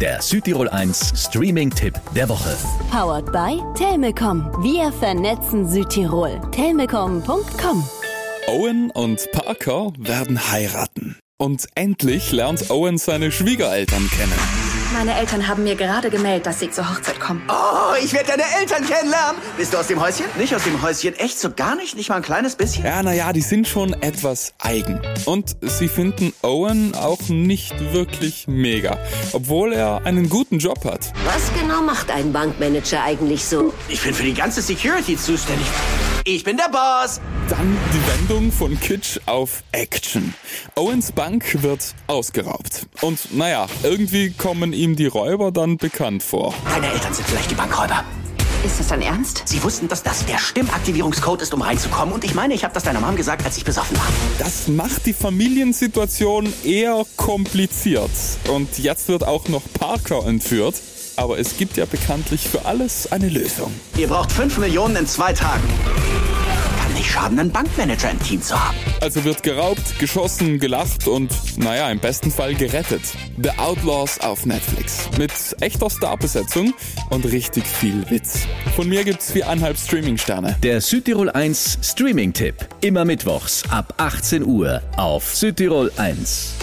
Der Südtirol 1 Streaming-Tipp der Woche. Powered by Telmecom. Wir vernetzen Südtirol. Telmecom.com Owen und Parker werden heiraten. Und endlich lernt Owen seine Schwiegereltern kennen. Meine Eltern haben mir gerade gemeldet, dass sie zur Hochzeit kommen. Oh, ich werde deine Eltern kennenlernen. Bist du aus dem Häuschen? Nicht aus dem Häuschen. Echt so gar nicht? Nicht mal ein kleines bisschen? Ja, naja, die sind schon etwas eigen. Und sie finden Owen auch nicht wirklich mega. Obwohl er einen guten Job hat. Was genau macht ein Bankmanager eigentlich so? Ich bin für die ganze Security zuständig. Ich bin der Boss. Dann die Wendung von Kitsch auf Action. Owens Bank wird ausgeraubt. Und naja, irgendwie kommen ihm die Räuber dann bekannt vor. Deine Eltern sind vielleicht die Bankräuber. Ist das dein Ernst? Sie wussten, dass das der Stimmaktivierungscode ist, um reinzukommen. Und ich meine, ich habe das deiner Mom gesagt, als ich besoffen war. Das macht die Familiensituation eher kompliziert. Und jetzt wird auch noch Parker entführt. Aber es gibt ja bekanntlich für alles eine Lösung. Ihr braucht 5 Millionen in zwei Tagen. Kann nicht schaden, einen Bankmanager im Team zu haben. Also wird geraubt, geschossen, gelacht und, naja, im besten Fall gerettet. The Outlaws auf Netflix. Mit echter Starbesetzung und richtig viel Witz. Von mir gibt's viereinhalb Streaming-Sterne. Der Südtirol 1 Streaming-Tipp. Immer mittwochs ab 18 Uhr auf Südtirol 1.